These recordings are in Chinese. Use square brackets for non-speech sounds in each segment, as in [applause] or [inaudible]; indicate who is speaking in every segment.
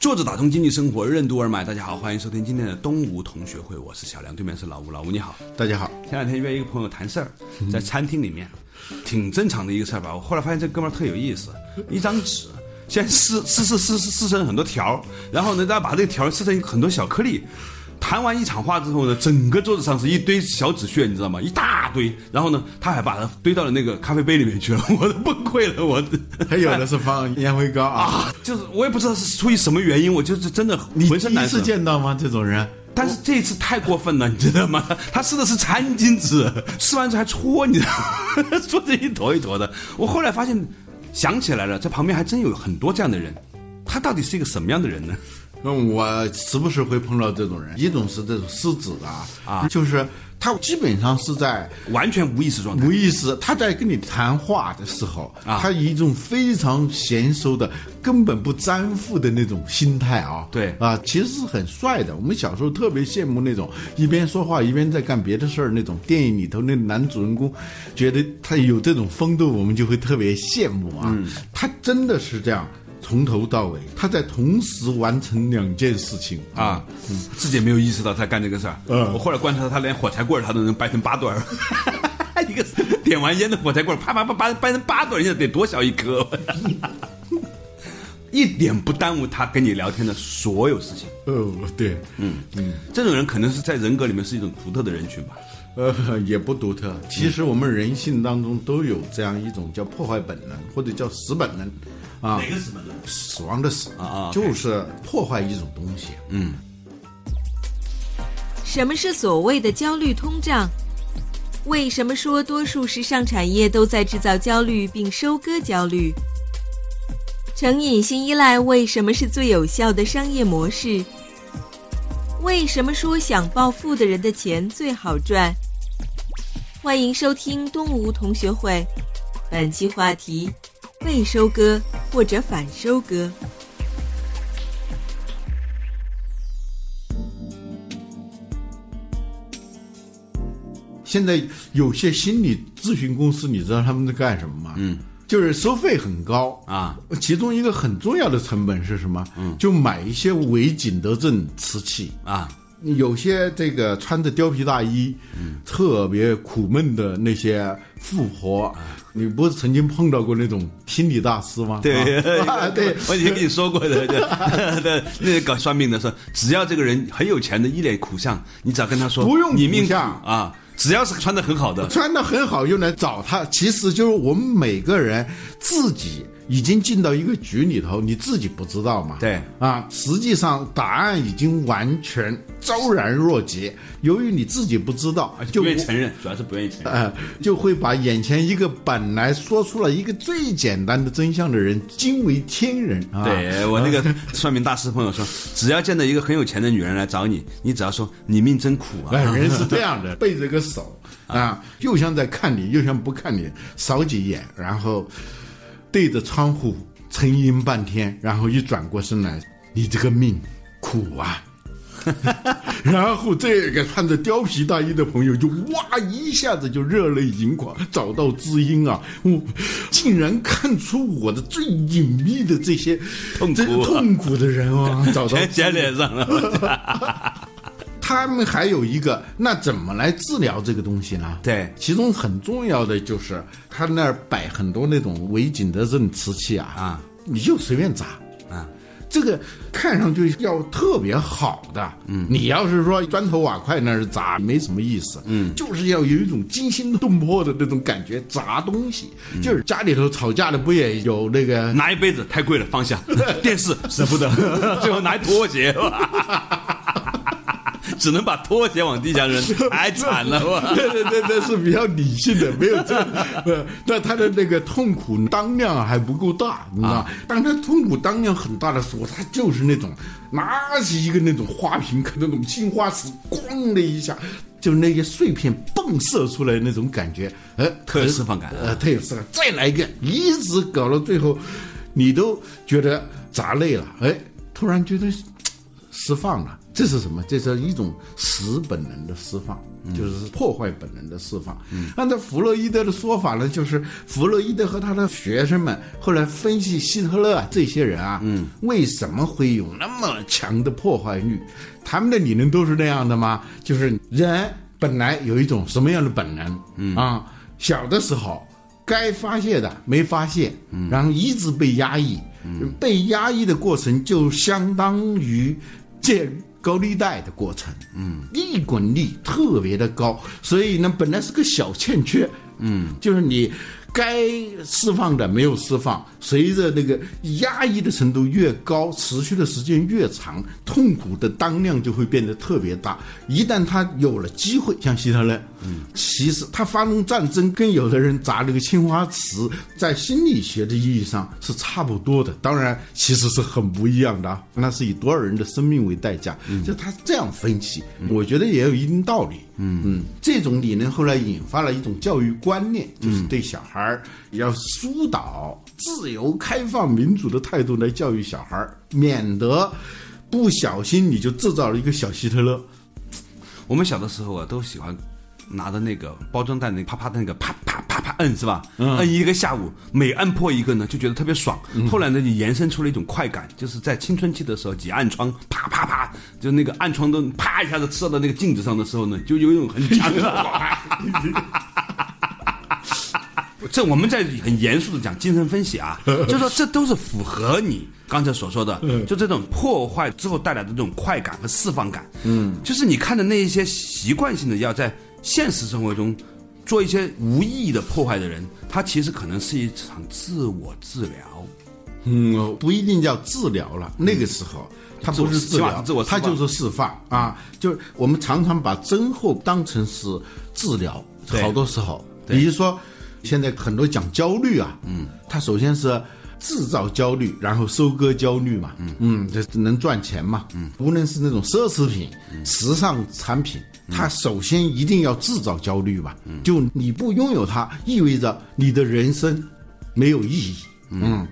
Speaker 1: 作者打通经济生活任督二脉，大家好，欢迎收听今天的东吴同学会，我是小梁，对面是老吴，老吴你好，
Speaker 2: 大家好。
Speaker 1: 前两天约一个朋友谈事儿，在餐厅里面，挺正常的一个事儿吧。我后来发现这哥们儿特有意思，一张纸先撕撕撕撕撕撕成很多条，然后呢再把这个条撕成很多小颗粒。谈完一场话之后呢，整个桌子上是一堆小纸屑，你知道吗？一大堆。然后呢，他还把它堆到了那个咖啡杯里面去了，我都崩溃了，我。
Speaker 2: 还有的是放烟灰缸啊，
Speaker 1: 啊，就是我也不知道是出于什么原因，我就是真的
Speaker 2: 你
Speaker 1: 浑身
Speaker 2: 第一
Speaker 1: 难受
Speaker 2: 次。见到吗？这种人，
Speaker 1: 但是这一次太过分了，你知道吗？ [laughs] 他撕的是餐巾纸，撕完之后还搓，你知道 [laughs] 吗？搓的一坨一坨的。我后来发现，想起来了，这旁边还真有很多这样的人。他到底是一个什么样的人呢？
Speaker 2: 嗯，我时不时会碰到这种人。一种是这种狮子啊，啊，就是他基本上是在
Speaker 1: 完全无意识状态
Speaker 2: 无。意识，他在跟你谈话的时候，
Speaker 1: 啊
Speaker 2: 他以一种非常娴熟的、根本不沾附的那种心态啊，
Speaker 1: 对
Speaker 2: 啊，其实是很帅的。我们小时候特别羡慕那种一边说话一边在干别的事儿那种电影里头那男主人公，觉得他有这种风度，我们就会特别羡慕啊。
Speaker 1: 嗯
Speaker 2: 他真的是这样。从头到尾，他在同时完成两件事情
Speaker 1: 啊，自己也没有意识到他干这个事儿。
Speaker 2: 嗯
Speaker 1: 我后来观察他，他连火柴棍儿他都能掰成八段儿。 [laughs] 一个点完烟的火柴棍儿，啪啪啪啪掰成八段儿，人家得多小一颗？ [laughs] 一点不耽误他跟你聊天的所有事情。
Speaker 2: 哦，对，
Speaker 1: 嗯这种人可能是在人格里面是一种独特的人群吧。
Speaker 2: 呃， [laughs] 也不独特。其实我们人性当中都有这样一种叫破坏本能，或者叫死本能，啊，哪个死本能？死亡的死
Speaker 1: 啊啊
Speaker 2: 就是破坏一种东西。
Speaker 3: 什么是所谓的焦虑通胀？为什么说多数时尚产业都在制造焦虑并收割焦虑？成瘾性依赖为什么是最有效的商业模式？为什么说想暴富的人的钱最好赚？欢迎收听东吴同学会，本期话题：被收割或者反收割。
Speaker 2: 现在有些心理咨询公司，你知道他们在干什么吗？嗯，就是收费很高
Speaker 1: 啊。
Speaker 2: 其中一个很重要的成本是什么？嗯，就买一些伪景德镇瓷器。
Speaker 1: 啊，
Speaker 2: 有些这个穿着貂皮大衣，
Speaker 1: 嗯
Speaker 2: 特别苦闷的那些富
Speaker 1: 啊
Speaker 2: 婆，你不是曾经碰到过那种心理大师吗？
Speaker 1: 对 [laughs]
Speaker 2: 啊对，
Speaker 1: 我以前跟你说过的，对 [laughs] 对，那个搞算命的说，只要这个人很有钱的，一脸苦相，你只要跟他说，
Speaker 2: 不用
Speaker 1: 你命
Speaker 2: 苦
Speaker 1: 苦
Speaker 2: 相
Speaker 1: 啊，只要是穿的很好的，
Speaker 2: 穿的很好又来找他，其实就是我们每个人自己已经进到一个局里头，你自己不知道嘛？
Speaker 1: 对
Speaker 2: 啊，实际上答案已经完全昭然若揭，由于你自己不知道
Speaker 1: 而且，
Speaker 2: 就
Speaker 1: 啊不愿意承认，主要是不愿意承认。
Speaker 2: 呃，就会把眼前一个本来说出了一个最简单的真相的人惊为天人啊！
Speaker 1: 对我那个算命大师朋友说，只要见到一个很有钱的女人来找你，你只要说你命真苦啊，
Speaker 2: 哎，人是这样
Speaker 1: [laughs]
Speaker 2: 的，背着个手啊，又像在看你，又像不看你，扫几眼，然后对着窗户沉吟半天，然后一转过身来，你这个命苦
Speaker 1: [laughs]
Speaker 2: 啊！然后这个穿着貂皮大衣的朋友就哇一下子就热泪盈眶，找到知音啊！我竟然看出我的最隐秘的这些
Speaker 1: 痛苦
Speaker 2: 这
Speaker 1: 啊
Speaker 2: 痛苦的人啊，找
Speaker 1: [laughs]
Speaker 2: 到
Speaker 1: 全
Speaker 2: 知音
Speaker 1: 写脸上了。
Speaker 2: 他们还有一个，那怎么来治疗这个东西呢？
Speaker 1: 对
Speaker 2: 其中很重要的就是他那儿摆很多那种伪景德镇瓷器啊，
Speaker 1: 啊，
Speaker 2: 你就随便砸
Speaker 1: 啊。
Speaker 2: 这个看上去要特别好的，嗯，你要是说砖头瓦块那儿砸没什么意思，嗯，就是要有一种惊心动魄的那种感觉，砸东西，就是家里头吵架的不也有那个
Speaker 1: [laughs] 拿一杯子太贵了， [laughs] 放下；电视舍不得，最后拿一拖鞋， [laughs] 只能把拖鞋往地下扔，太惨了吧？
Speaker 2: [laughs] 对对对，那是比较理性的，没有这，呃，那他的那个痛苦当量还不够大，你知道？当他痛苦当量很大的时候，他就是那种拿起一个那种花瓶，可那种青花瓷，咣的一下，就那些碎片迸射出来的那种感觉，呃，
Speaker 1: 特有释放感啊
Speaker 2: 呃，特有释放，再来一个，一直搞到最后，你都觉得砸累了，哎，突然觉得释放了。这是什么？这是一种使本能的释放，就是破坏本能的释放。按照弗洛伊德的说法呢，就是弗洛伊德和他的学生们后来分析希特勒啊这些人啊，嗯，为什么会有那么强的破坏欲？他们的理论都是那样的吗？就是人本来有一种什么样的本能？嗯啊，小的时候该发泄的没发泄，然后一直被压抑，被压抑的过程就相当于借高利贷的过程，嗯，利滚利特别的高，所以呢，本来是个小欠缺，嗯，就是你该释放的没有释放，随着那个压抑的程度越高，持续的时间越长，痛苦的当量就会变得特别大。一旦他有了机会，像希特勒，嗯，其实他发动战争跟有的人砸这个青花瓷，在心理学的意义上是差不多的，当然其实是很不一样的啊。那是以多少人的生命为代价，就他这样分析，我觉得也有一定道理。嗯嗯，这种理论后来引发了一种教育观念，就是对小孩儿要疏导自由、开放、民主的态度来教育小孩儿，免得不小心你就制造了一个小希特勒。
Speaker 1: 我们小的时候啊，都喜欢拿着那个包装袋那个啪啪的那个啪啪啪啪摁是吧？摁一个下午，每摁破一个呢，就觉得特别爽。后来呢，就延伸出了一种快感，就是在青春期的时候挤暗疮，啪啪啪，就那个暗疮都啪一下子刺到那个镜子上的时候呢，就有一种很强的。 [laughs] 这我们在很严肃的讲精神分析啊，就说这都是符合你刚才所说的，就这种破坏之后带来的这种快感和释放感。嗯，就是你看的那一些习惯性的要在现实生活中做一些无意义的破坏的人，他其实可能是一场自我治疗。 [laughs]
Speaker 2: 嗯，不一定叫治疗了。那个时候，它不是治疗，
Speaker 1: 嗯自我释
Speaker 2: 它
Speaker 1: 放
Speaker 2: 就是释放啊。就是我们常常把增厚当成是治疗，
Speaker 1: 对
Speaker 2: 好多时候，
Speaker 1: 对
Speaker 2: 比如说现在很多讲焦虑啊，嗯，它首先是制造焦虑，然后收割焦虑嘛，嗯这能赚钱嘛，嗯，无论是那种奢侈品、
Speaker 1: 嗯
Speaker 2: 时尚产品。它首先一定要制造焦虑吧，
Speaker 1: 嗯
Speaker 2: 就你不拥有它，意味着你的人生没有意义。嗯，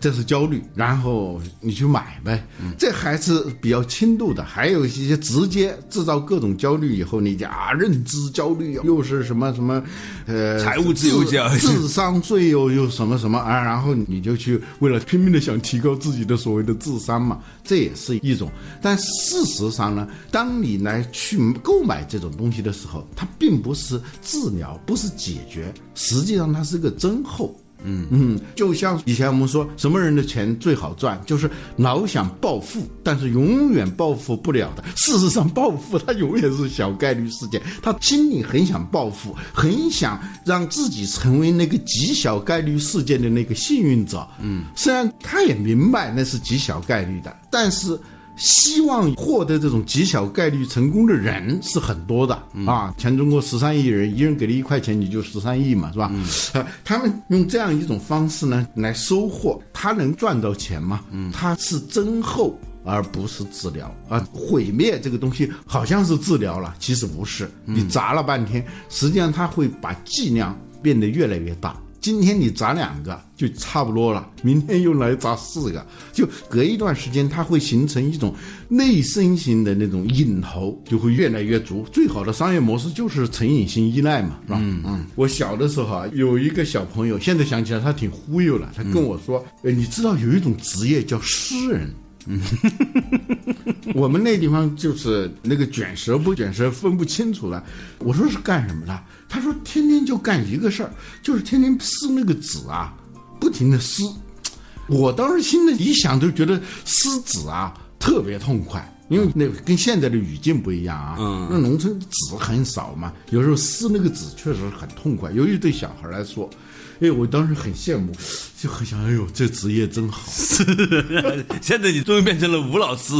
Speaker 2: 这是焦虑，然后你去买呗，
Speaker 1: 嗯
Speaker 2: 这还是比较轻度的。还有一些直接制造各种焦虑以后，你讲啊，认知焦虑又是什么什么，呃，
Speaker 1: 财务自由焦虑
Speaker 2: 智智商税又又什么什么啊，然后你就去为了拼命的想提高自己的所谓的智商嘛，这也是一种。但事实上呢，当你来去购买这种东西的时候，它并不是治疗，不是解决，实际上它是个增厚。嗯嗯，就像以前我们说什么人的钱最好赚，就是老想暴富，但是永远暴富不了的。事实上，暴富它永远是小概率事件。他心里很想暴富，很想让自己成为那个极小概率事件的那个幸运者。嗯，虽然他也明白那是极小概率的，但是。希望获得这种极小概率成功的人是很多的、啊，全中国十三亿人，一人给了一块钱，你就十三亿嘛，是吧？呃他们用这样一种方式呢来收获，他能赚到钱吗？嗯，他是增厚。而不是治疗啊，毁灭这个东西好像是治疗了，其实不是。你砸了半天，实际上它会把剂量变得越来越大。今天你砸两个就差不多了，明天又来砸四个，就隔一段时间，它会形成一种内生型的那种瘾头，就会越来越足。最好的商业模式就是成瘾性依赖嘛，是吧？嗯嗯。我小的时候啊，有一个小朋友，现在想起来他挺忽悠了，他跟我说，呃，你知道有一种职业叫诗人。 [laughs] 我们那地方就是那个卷舌不卷舌分不清楚了。我说是干什么的？他说天天就干一个事儿，就是天天撕那个纸啊，不停的撕。我当时心里一想，就觉得撕纸啊特别痛快，因为那跟现在的语境不一样啊。嗯，那农村纸很少嘛，有时候撕那个纸确实很痛快，尤其对小孩来说。哎，我当时很羡慕，就很想，哎呦，这职业真好。
Speaker 1: 现在你终于变成了吴老师，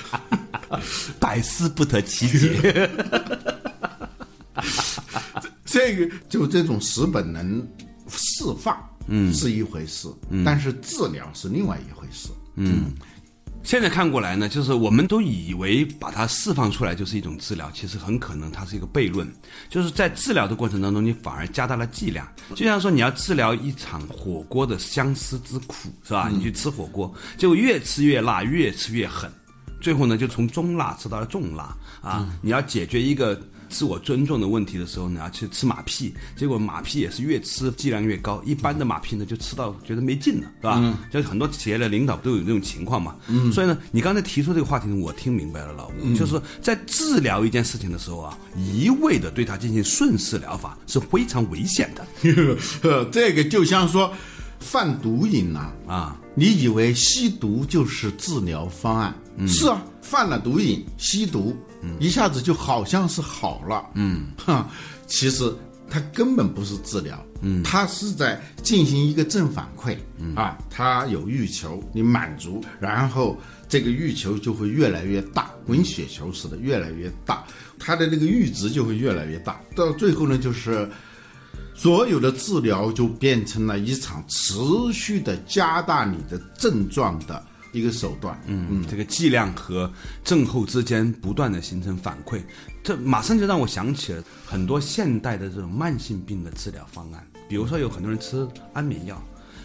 Speaker 1: [laughs] 百思不得其解。
Speaker 2: 这个就这种食本能释放，嗯，是一回事，但是治疗是另外一回事。 [laughs]
Speaker 1: 现在看过来呢，就是我们都以为把它释放出来就是一种治疗，其实很可能它是一个悖论。就是在治疗的过程当中，你反而加大了剂量。就像说你要治疗一场火锅的相思之苦，是吧？你去吃火锅，结果越吃越辣，越吃越狠，最后呢就从中辣吃到了重辣啊！你要解决一个。自我尊重的问题的时候呢，你要去吃马屁，结果马屁也是越吃剂量越高，一般的马屁呢就吃到觉得没劲了，是吧？就是很多企业的领导都有这种情况嘛。所以呢，你刚才提出这个话题呢，我听明白了，老吴，就是在治疗一件事情的时候啊，一味的对它进行顺势疗法是非常危险的
Speaker 2: 呃，这个就像说贩毒瘾呐、啊，
Speaker 1: 啊。
Speaker 2: 你以为吸毒就是治疗方案？是啊，犯了毒瘾，吸毒，一下子就好像是好了。嗯， [laughs] 哈，其实它根本不是治疗，嗯，它是在进行一个正反馈。啊，它有欲求，你满足，然后这个欲求就会越来越大，滚雪球似的越来越大，它的那个阈值就会越来越大，到最后呢，就是。所有的治疗就变成了一场持续的加大你的症状的一个手段。嗯，
Speaker 1: 嗯，这个剂量和症候之间不断的形成反馈，这马上就让我想起了很多现代的这种慢性病的治疗方案，比如说有很多人吃安眠药，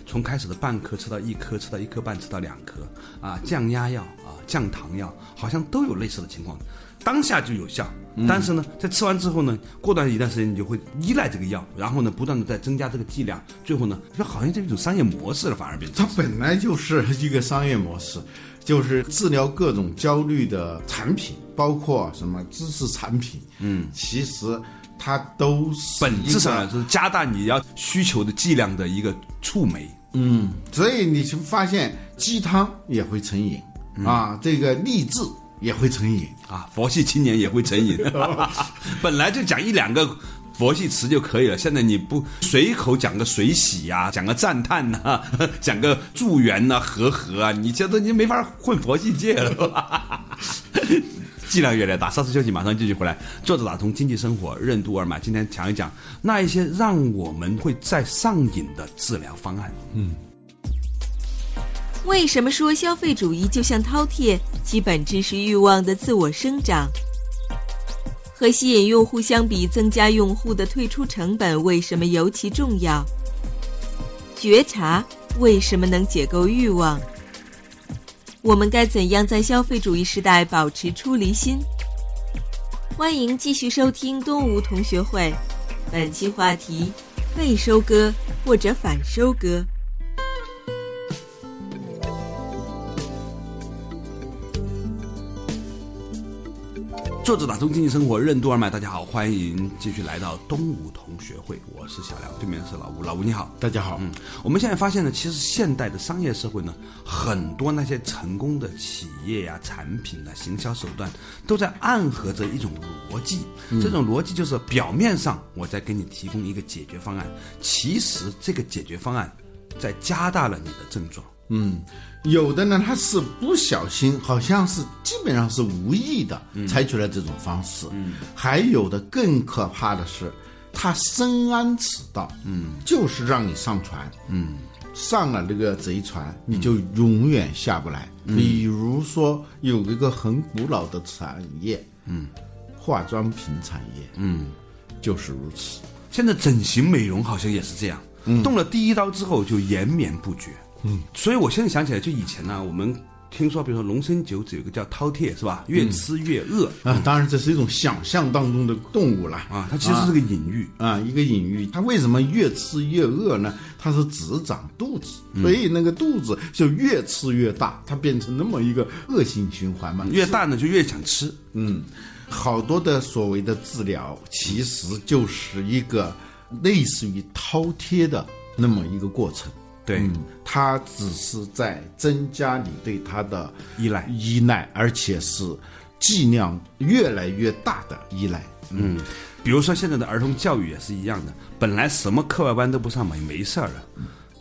Speaker 1: 从开始的半颗吃到一颗，吃到一颗半，吃到两颗，啊，降压药啊，降糖药，好像都有类似的情况，当下就有效。
Speaker 2: 嗯
Speaker 1: 但是呢，在吃完之后呢，过段一段时间你就会依赖这个药，然后呢，不断的在增加这个剂量，最后呢，就好像这种商业模式了，反而变成
Speaker 2: 它本来就是一个商业模式，就是治疗各种焦虑的产品，包括什么知识产品。嗯，其实它都是
Speaker 1: 本质上
Speaker 2: 一个
Speaker 1: 来说，加大你要需求的剂量的一个触媒。
Speaker 2: 所以你就发现鸡汤也会成瘾、
Speaker 1: 嗯
Speaker 2: 啊，这个励志也会成瘾。
Speaker 1: 啊，佛系青年也会成瘾。 [laughs] 本来就讲一两个佛系词就可以了，现在你不随口讲个水洗呀、讲个赞叹呐、 [laughs] 讲个助缘呐、和和啊，你这都你没法混佛系界了。 [laughs] 剂量越来越大，稍事休息，马上继续回来。作者打通经济生活任督二脉，今天讲一讲那一些让我们会再上瘾的治疗方案。
Speaker 3: 为什么说消费主义就像饕餮，其本质是欲望的自我生长？和吸引用户相比，增加用户的退出成本为什么尤其重要？觉察为什么能解构欲望？我们该怎样在消费主义时代保持出离心？欢迎继续收听东吴同学会，本期话题：被收割或者反收割。
Speaker 1: 作者打通经济生活任督二脉，大家好，欢迎继续来到东吴同学会，我是小梁，对面是老吴，老吴你好。
Speaker 2: 大家好，
Speaker 1: 嗯，我们现在发现呢，其实现代的商业社会呢，很多那些成功的企业呀、产品啊、行销手段，都在暗合着一种逻辑。这种逻辑就是表面上我在给你提供一个解决方案，其实这个解决方案在加大了你的症状。
Speaker 2: 有的呢，他是不小心，好像是基本上是无意的采取了这种方式。嗯，还有的更可怕的是，他深谙此道，嗯，就是让你上船，嗯，上了这个贼船，你就永远下不来。比如说，有一个很古老的产业，嗯，化妆品产业，嗯，就是如此。
Speaker 1: 现在整形美容好像也是这样，动了第一刀之后就延绵不绝。嗯，所以我现在想起来，就以前呢、我们听说，比如说龙生九子有个叫饕餮，是吧？越吃越饿、
Speaker 2: 啊，当然这是一种想象当中的动物了
Speaker 1: 啊，它其实是个隐喻。
Speaker 2: 啊，一个隐喻。它为什么越吃越饿呢？它是只长肚子，所以那个肚子就越吃越大，它变成那么一个恶性循环嘛。
Speaker 1: 越大呢就越想吃，
Speaker 2: 嗯，好多的所谓的治疗，其实就是一个类似于饕餮的那么一个过程。
Speaker 1: 对，
Speaker 2: 嗯，它只是在增加你对它的
Speaker 1: 依赖。
Speaker 2: 依赖，而且是剂量越来越大的依赖。
Speaker 1: 嗯，比如说现在的儿童教育也是一样的，本来什么课外班都不上嘛，也没事儿了。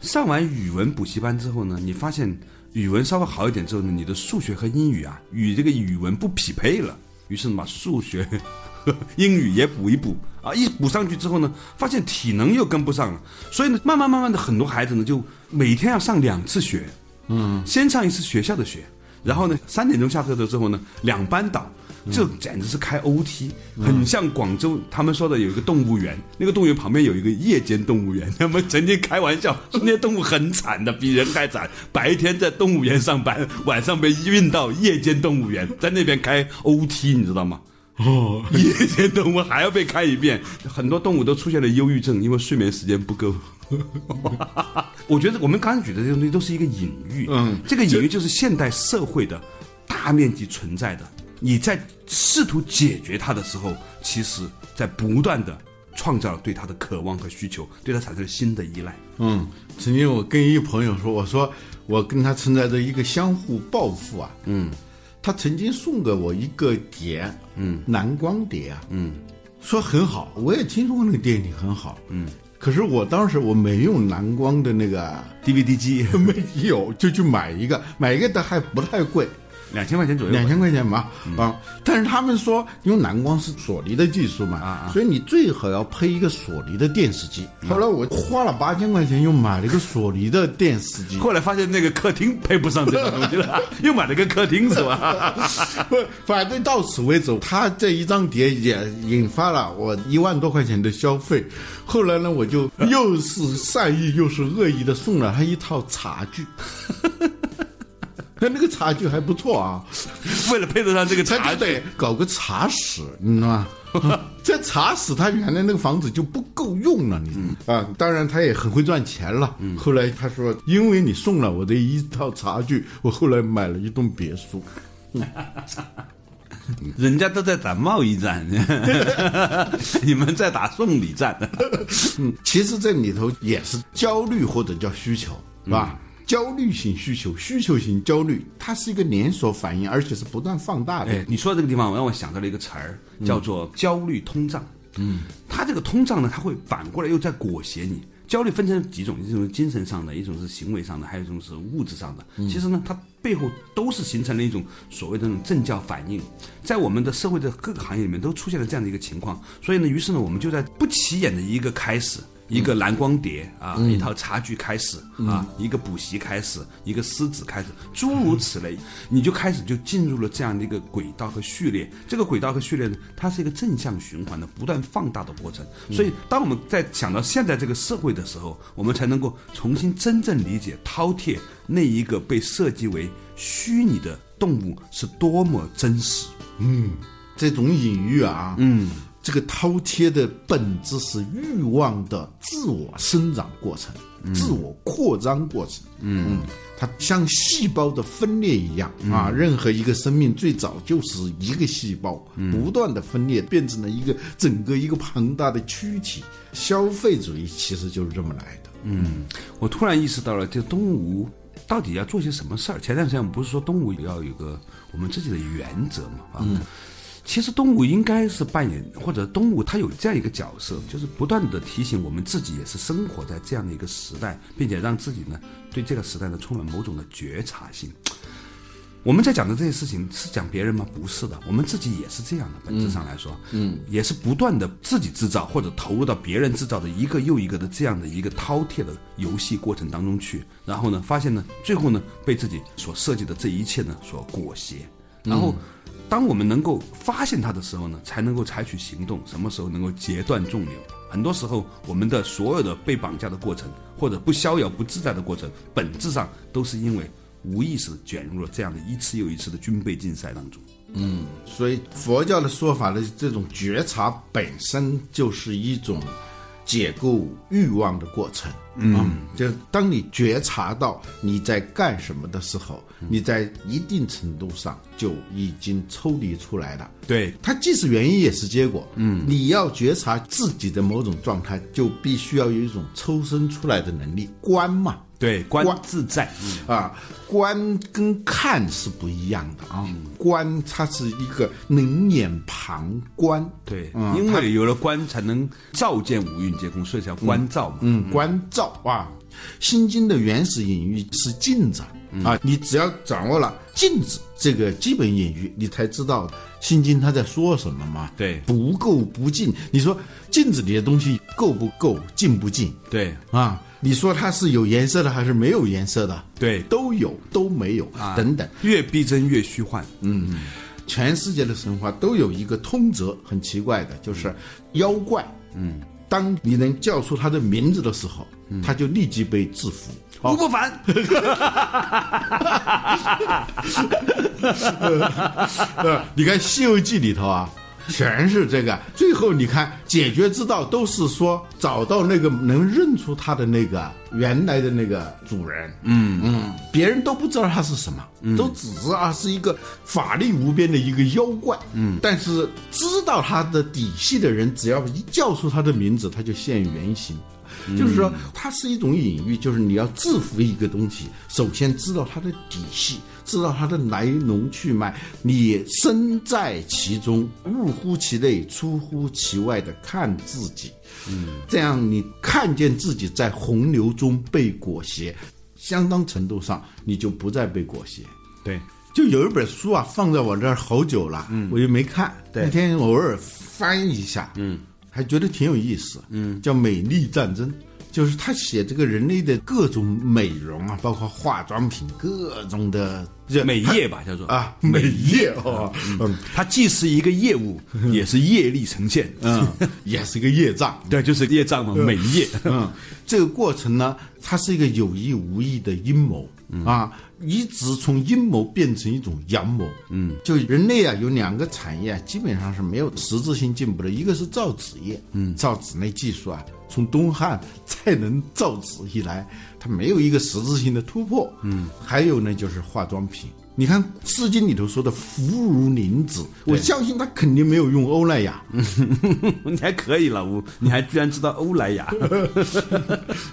Speaker 1: 上完语文补习班之后呢，你发现语文稍微好一点之后呢，你的数学和英语啊，与这个语文不匹配了。于是呢，把数学 [laughs] 和英语也补一补啊，一补上去之后呢，发现体能又跟不上了，所以呢，慢慢慢慢的，很多孩子呢就每天要上两次学，嗯，先上一次学校的学，然后呢，三点钟下课的之后呢，两班倒。这简直是开 OT，很像广州他们说的有一个动物园，那个动物园旁边有一个夜间动物园， [laughs] 他们曾经开玩笑说那些动物很惨的，比人还惨，白天在动物园上班，晚上被运到夜间动物园，在那边开 OT，你知道吗？
Speaker 2: 哦，
Speaker 1: 夜间动物还要被开一遍，很多动物都出现了忧郁症，因为睡眠时间不够。我觉得我们刚才举的这些东西都是一个隐喻，
Speaker 2: 嗯
Speaker 1: 这个隐喻就是现代社会的大面积存在的。你在试图解决它的时候，其实在不断的创造对它的渴望和需求，对它产生新的依赖。
Speaker 2: 嗯，曾经我跟一朋友说，我说我跟他存在着一个相互报复啊，嗯，他曾经送给我一个碟，嗯，蓝光碟啊，嗯，说很好，我也听说过那个电影很好，嗯，可是我当时我没用蓝光的那个
Speaker 1: DVD 机
Speaker 2: 没有，就去买一个，买一个的还不太贵，
Speaker 1: [laughs] 两千块钱左右嗯吧，
Speaker 2: 两千块钱吧，啊！但是他们说，因为蓝光是索尼的技术嘛，
Speaker 1: 啊
Speaker 2: 所以你最好要配一个索尼的电视机。
Speaker 1: 嗯
Speaker 2: 后来我花了八千块钱，又买了一个索尼的电视
Speaker 1: [laughs]
Speaker 2: 机。 [laughs]
Speaker 1: 后来发现那个客厅配不上这种东西 [laughs] 了，又买了个客厅是吧？
Speaker 2: 不，反正到此为止，他这一张碟也引发了我一万多块钱的消费。后来呢，我就又是善意又是恶意的送了他一套茶
Speaker 1: [laughs]
Speaker 2: 具。那那个茶具还不错啊，
Speaker 1: [laughs] 为了配得上这个
Speaker 2: 他
Speaker 1: 茶
Speaker 2: 就得搞个茶室，你知道吗？这茶室他原来那个房子就不够用了，你知道吗啊，当然他也很会赚钱了。后来他说，因为你送了我的一套茶具，我后来买了一栋别墅。
Speaker 1: [laughs] 人家都在打贸易战， [laughs] 你们在打送礼战。
Speaker 2: 其实这里头也是焦虑或者叫需求，是吧？焦虑型需求、需求型焦虑，它是一个连锁反应，而且是不断放大的。嗯
Speaker 1: 哎，你说这个地方让我想到了一个词儿，叫做焦虑通胀。嗯，它这个通胀呢，它会反过来又在裹挟你。焦虑分成几种，一种是精神上的，一种是行为上的，还有一种是物质上的。
Speaker 2: 嗯
Speaker 1: 其实呢，它背后都是形成了一种所谓的那种政教反应，在我们的社会的各个行业里面都出现了这样的一个情况。所以呢，于是呢，我们就在不起眼的一个开始，一个蓝光碟啊，一套茶具开始啊，一个补习开始，一个狮子开始，诸如此类，你就开始就进入了这样的一个轨道和序列。这个轨道和序列呢，它是一个正向循环的不断放大的过程。所以，当我们在想到现在这个社会的时候，我们才能够重新真正理解、饕餮那一个被设计为虚拟的动物是多么真实。
Speaker 2: 这种隐喻啊，嗯，这个饕餮的本质是欲望的自我生长过程、自我扩张过程，嗯。它像细胞的分裂一样啊，任何一个生命最早就是一个细胞，不断的分裂变成了一个整个一个庞大的躯体。消费主义其实就是这么来的。
Speaker 1: 我突然意识到了，这东吴到底要做些什么事儿？前段时间我们不是说东吴要有个我们自己的原则嘛？啊，其实东吴应该是扮演，或者东吴他有这样一个角色，就是不断的提醒我们自己也是生活在这样的一个时代，并且让自己呢对这个时代呢充满某种的觉察性。我们在讲的这些事情是讲别人吗？不是的，我们自己也是这样的。本质上来说，嗯，也是不断的自己制造或者投入到别人制造的一个又一个的这样的一个饕餮的游戏过程当中去。然后呢，发现呢，最后呢，被自己所设计的这一切呢所裹挟。然后，当我们能够发现它的时候呢，才能够采取行动。什么时候能够截断众流？很多时候，我们的所有的被绑架的过程，或者不逍遥、不自在的过程，本质上都是因为无意识地卷入了这样的一次又一次的军备竞赛当中。
Speaker 2: 所以佛教的说法呢，这种觉察本身就是一种解构欲望的过程。嗯，就是当你觉察到你在干什么的时候，
Speaker 1: 嗯
Speaker 2: 你在一定程度上就已经抽离出来了。
Speaker 1: 对，
Speaker 2: 它既是原因也是结果。嗯，你要觉察自己的某种状态，就必须要有一种抽身出来的能力。观嘛，
Speaker 1: 对，观
Speaker 2: 观
Speaker 1: 自在。
Speaker 2: 啊，观跟看是不一样的啊，
Speaker 1: 嗯
Speaker 2: 观它是一个冷眼旁观，
Speaker 1: 对，
Speaker 2: 嗯
Speaker 1: 因为有了观，才能照见五蕴皆空，所以
Speaker 2: 嗯
Speaker 1: 叫观照嘛。
Speaker 2: 嗯，观照啊。《心经》的原始隐喻是镜子，啊，你只要掌握了“禁止”这个基本隐喻，你才知道《心经》它在说什么嘛。
Speaker 1: 对
Speaker 2: 不够不进。你说镜子里的东西够不够，进不进
Speaker 1: 对
Speaker 2: 啊？你说它是有颜色的还是没有颜色的？
Speaker 1: 对啊
Speaker 2: 都有，都没有，等等。
Speaker 1: 越逼真越虚幻。
Speaker 2: 全世界的神话都有一个通则，很奇怪的，就是妖怪。嗯，当你能叫出他的名字的时候，他就立即被制服。
Speaker 1: 吴不凡，
Speaker 2: [laughs] 呃，你看《西游记》里头啊，全是这个。最后你看解决之道都是说找到那个能认出他的那个原来的那个主人。嗯嗯，别人都不知道他是什么，都只知道他是一个法力无边的一个妖怪。嗯，但是知道他的底细的人，只要一叫出他的名字，他就现原形。就是说，它是一种隐喻，就是你要制服一个东西，首先知道它的底细，知道它的来龙去脉，你身在其中，入乎其内，出乎其外的看自己，嗯，这样你看见自己在洪流中被裹挟，相当程度上你就不再被裹挟。
Speaker 1: 对，
Speaker 2: 就有一本书啊，放在我这儿好久了，我就没看。那天偶尔翻一下，嗯，还觉得挺有意思，嗯，叫《美丽战争》，就是他写这个人类的各种美容啊，包括化妆品各种的
Speaker 1: [laughs]
Speaker 2: 这
Speaker 1: 美业吧叫做
Speaker 2: 啊，美业哦，嗯，
Speaker 1: 它既是一个业 [laughs] 务，也是业力呈现。嗯，
Speaker 2: 也是个业障，
Speaker 1: [laughs] 对，就是业障嘛，美业。
Speaker 2: 嗯， [laughs] 这个过程呢，它是一个有意无意的阴谋、啊，一直从阴谋变成一种阳谋。嗯，就人类啊，有两个产业啊，基本上是没有实质性进步的，一个是造纸业，嗯，造纸那技术啊，从东汉蔡能造纸以来，它没有一个实质性的突破。嗯，还有呢，就是化妆品。你看《诗经》里头说的“福如凝脂”，我相信他肯定没有用欧莱雅，
Speaker 1: 你还可以了，吴，你还居然知道欧莱雅。 [laughs]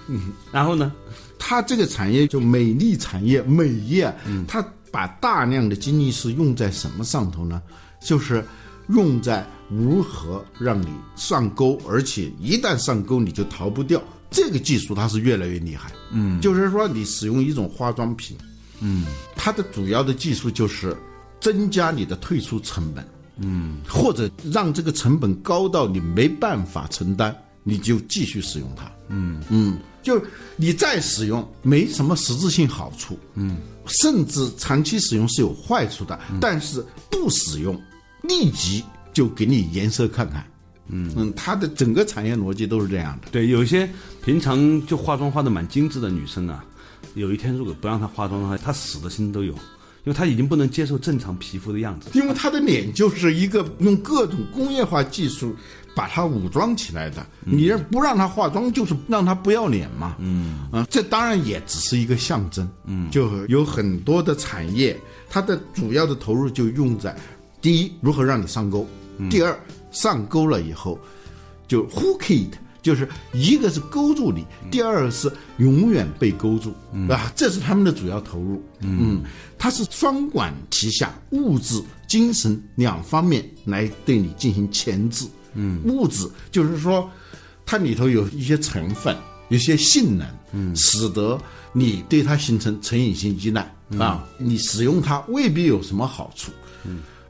Speaker 1: 嗯然后呢？
Speaker 2: 它这个产业就美丽产业、美业，它把大量的精力是用在什么上头呢？就是用在如何让你上钩，而且一旦上钩你就逃不掉。这个技术它是越来越厉害，嗯，就是说你使用一种化妆品，嗯，它的主要的技术就是增加你的退出成本，嗯，或者让这个成本高到你没办法承担，你就继续使用它，嗯，就你再使用没什么实质性好处，嗯，甚至长期使用是有坏处的，但是不使用立即就给你颜色看看，嗯嗯，它的整个产业逻辑都是这样的，
Speaker 1: 对，有一些平常就化妆化的蛮精致的女生啊，有一天如果不让她化妆的话，她死的心都有，因为她已经不能接受正常皮肤的样子。
Speaker 2: 因为它的脸就是一个用各种工业化技术把它武装起来的，你让不让它化妆，就是让它不要脸嘛，嗯啊，这当然也只是一个象征，嗯，就有很多的产业，它的主要的投入就用在第一，如何让你上钩；第二，上钩了以后，就 hook it，就是一个是勾住你，第二是永远被勾住、啊，这是他们的主要投入。嗯，它是双管齐下，物质、精神两方面来对你进行钳制。嗯，物质就是说，它里头有一些成分，有些性能，嗯，使得你对它形成成瘾性依赖、啊，你使用它未必有什么好处。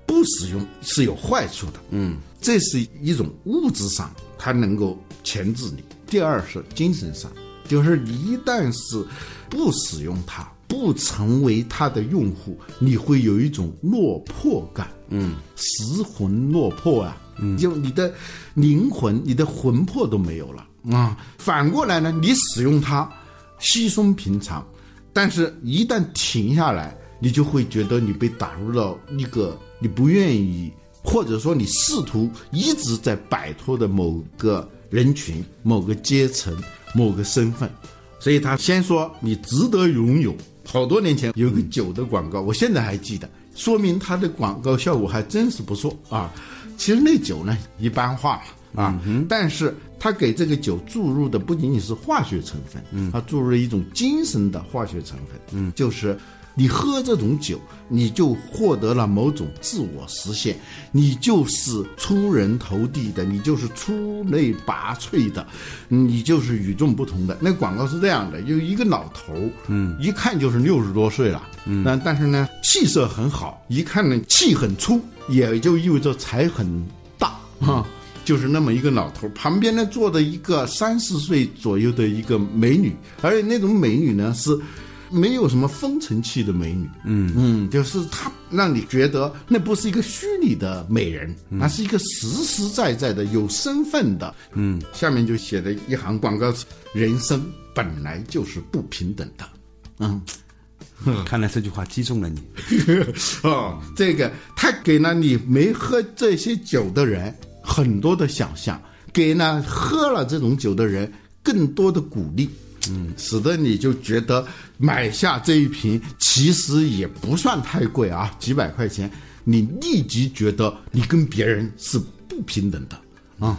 Speaker 2: 不使用是有坏处的。嗯，这是一种物质上它能够钳制你；第二是精神上，就是你一旦是不使用它，不成为它的用户，你会有一种落魄感。嗯，失魂落魄啊。嗯，就你的灵魂、你的魂魄都没有了啊、反过来呢，你使用它，稀松平常，但是一旦停下来，你就会觉得你被打入到一个你不愿意，或者说你试图一直在摆脱的某个人群、某个阶层、某个身份。所以他先说你值得拥有。好多年前有个酒的广告，我现在还记得，说明它的广告效果还真是不错啊。其实那酒呢一般化了啊，但是它给这个酒注入的不仅仅是化学成分，它注入了一种精神的化学成分，嗯，就是你喝这种酒，你就获得了某种自我实现，你就是出人头地的，你就是出类拔萃的，你就是与众不同的。那广告是这样的，有一个老头，嗯，一看就是六十多岁了，嗯，那但是呢，气色很好，一看呢气很粗，也就意味着财很大啊。就是那么一个老头，旁边呢坐着一个三十岁左右的一个美女，而且那种美女呢是没有什么风尘气的美女，嗯嗯，就是她让你觉得那不是一个虚拟的美人，而是一个实实在在的有身份的，嗯，下面就写了一行广告词：人生本来就是不平等的，嗯。
Speaker 1: 看来这句话击中了你。
Speaker 2: [laughs] 哦，这个他给了你没喝这些酒的人很多的想象，给了喝了这种酒的人更多的鼓励，嗯，使得你就觉得买下这一瓶其实也不算太贵啊，几百块钱，你立即觉得你跟别人是不平等的。啊、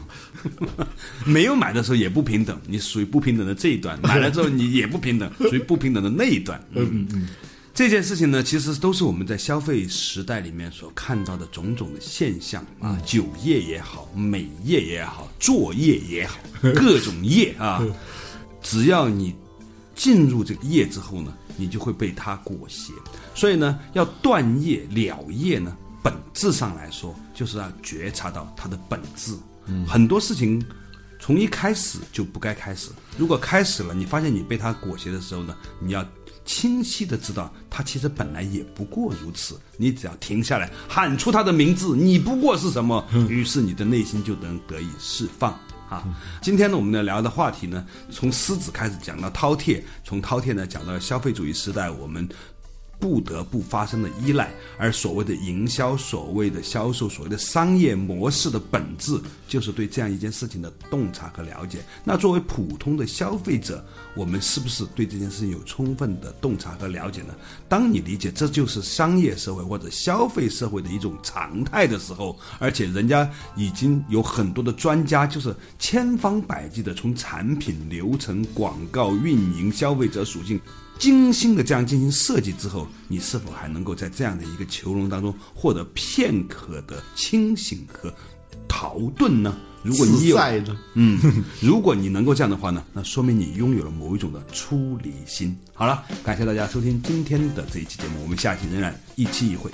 Speaker 1: [laughs] 没有买的时候也不平等，你属于不平等的这一 [laughs] 段；买了之后你也不平 [laughs] 等，属于不平等的那一段。嗯嗯，这件事情呢，其实都是我们在消费时代里面所看到的种种的现象啊，酒业也好，美业也好，作业也好，各种业 [laughs] 啊，只要你进入这个业之后呢，你就会被它裹挟。所以呢，要断业了业呢，本质上来说就是要觉察到它的本质。嗯、很多事情从一开始就不该开始。如果开始了，你发现你被它裹挟的时候呢，你要清晰的知道，它其实本来也不过如此。你只要停下来，喊出它的名字，你不过是什么，于是你的内心就能得以释放。啊，今天呢，我们呢聊的话题呢，从狮子开始讲到饕餮，从饕餮呢讲到消费主义时代，我们不得不发生的依赖，而所谓的营销、所谓的销售、所谓的商业模式的本质，就是对这样一件事情的洞察和了解。那作为普通的消费者，我们是不是对这件事情有充分的洞察和了解呢？当你理解这就是商业社会或者消费社会的一种常态的时候，而且人家已经有很多的专家，就是千方百计的从产品、流程、广告、运营、消费者属性。精心的这样进行设计之后，你是否还能够在这样的一个囚笼当中获得片刻的清醒和逃遁呢？如果你
Speaker 2: 自
Speaker 1: 有，
Speaker 2: 在的，
Speaker 1: 嗯，如果你能够这样的话呢，那说明你拥有了某一种的出离心。好了，感谢大家收听今天的这一期节目，我们下期仍然一期一会。